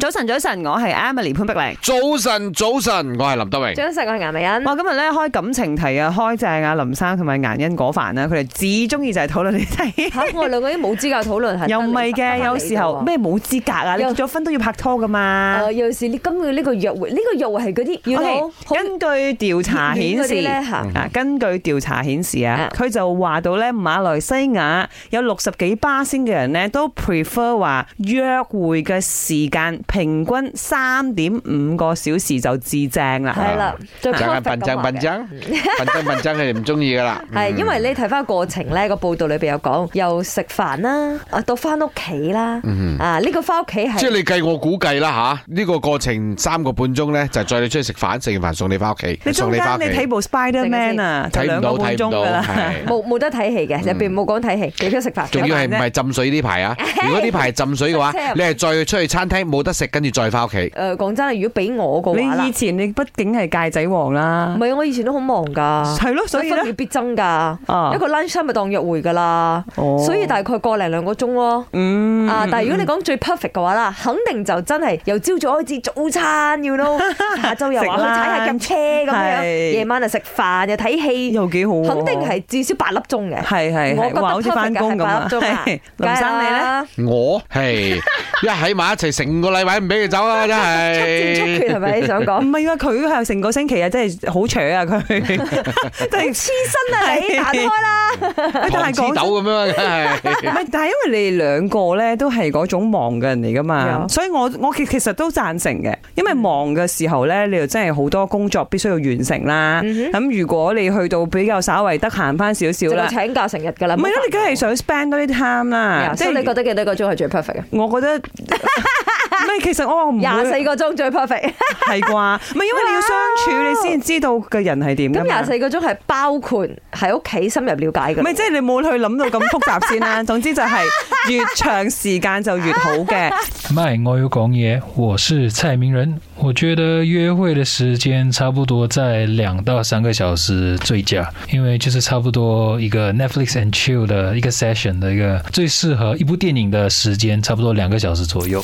早晨，早晨，我係 Emily 潘碧玲。早晨，早晨，我系林德 荣。早晨，我係顏美欣。哇，今日咧開感情題啊，開正啊林生同埋顏欣嗰飯啦，佢哋至中意就係討論呢啲。嚇，我哋兩個已經冇資格討論係。 又唔係嘅，有時候咩冇資格啊？你又結咗婚都要拍拖噶嘛誒，？有時你今個呢個約會，呢個約會係嗰啲，要 OK，好好根據調查顯遠嗰啲示咧嚇啊，根據調查顯示啊啊，佢就話到咧馬來西亞有六十幾巴仙嘅人咧都 prefer 話約會嘅時間平均三點五個小時就至正啦。係啦，最就係 perfect 笨咁爭話笨嘅。爭，笨爭笨爭，佢哋唔中意噶啦。係，因為你睇翻過程咧，個報道裏邊有講，由食飯啦，啊到翻屋企啦，啊呢個翻屋企 即係係你計我估計啦吓，呢個過程三個半鐘咧，就載你出去食飯，食完飯送你翻屋企，你中送間翻屋你睇企，部 Spider Man 啊，就睇兩唔個到半睇鐘唔到噶，啦。係冇冇得睇戲嘅，入邊冇講睇戲，你都食飯。仲要係唔係浸水呢排啊？如果呢排係浸水 嘅話，你係再出去餐廳冇得食，跟住再翻屋企。誒講真，如果俾我嘅話你啦以，前你畢竟係戒仔王啦唔，係我以前都好忙㗎。係咯，所以分咧秒，必爭㗎。啊一個 lunch time 咪當約會㗎啦，哦所以大概個零兩個鐘咯。嗯啊！但係如果你講最 perfect 嘅話啦，肯定就真係由朝早開始早餐 ，you know，下晝又話食去踩下腳 lunch，車咁樣，係夜晚啊食飯又睇戲，又哦幾好喎，肯定係至少八粒鐘嘅。係係係我覺得哇好似 perfect 返嘅係工咁啊八粒 鐘啊係林生你呢？我係一喺埋一齊，成個禮拜唔俾佢走啊！真 速戰速決係係。咪你想唔 講？係啊，佢係成個星期啊，真係好扯啊！佢 真係黐身啊你，彈開啦！但糖係黐講真豆咁樣，真係。唔係，但係因為你哋兩個咧都係嗰種忙嘅人嚟噶嘛， Yeah. 所以我我其其實都贊成嘅，因嗯為忙嘅時候咧，你又真係好多工作必須要完成啦。嗯咁、如果你去到比較稍為得閒翻少少就啦，請假成日㗎啦。唔係啦，你梗係想 spend 多啲 time 啦，啊 Yeah，所以你覺得幾多個鐘係最 perfect 嘅？我覺 得。唔係，其實我唔會廿四個鐘最 perfect。係啩？唔係因為你要相處，你先知道嘅人係點㗎咁嘛廿四個鐘係包括喺屋企深入了解嘅。啊唔係，即係你冇去諗到咁複雜先啦。總之就 係越長時間就越好嘅。麦我有讲爷，我是蔡明仁。我觉得约会的时间差不多在两到三个小时最佳，因为就是差不多一个 Netflix and chill 的一个 session 的一个最适合一部电影的时间，差不多两个小时左右。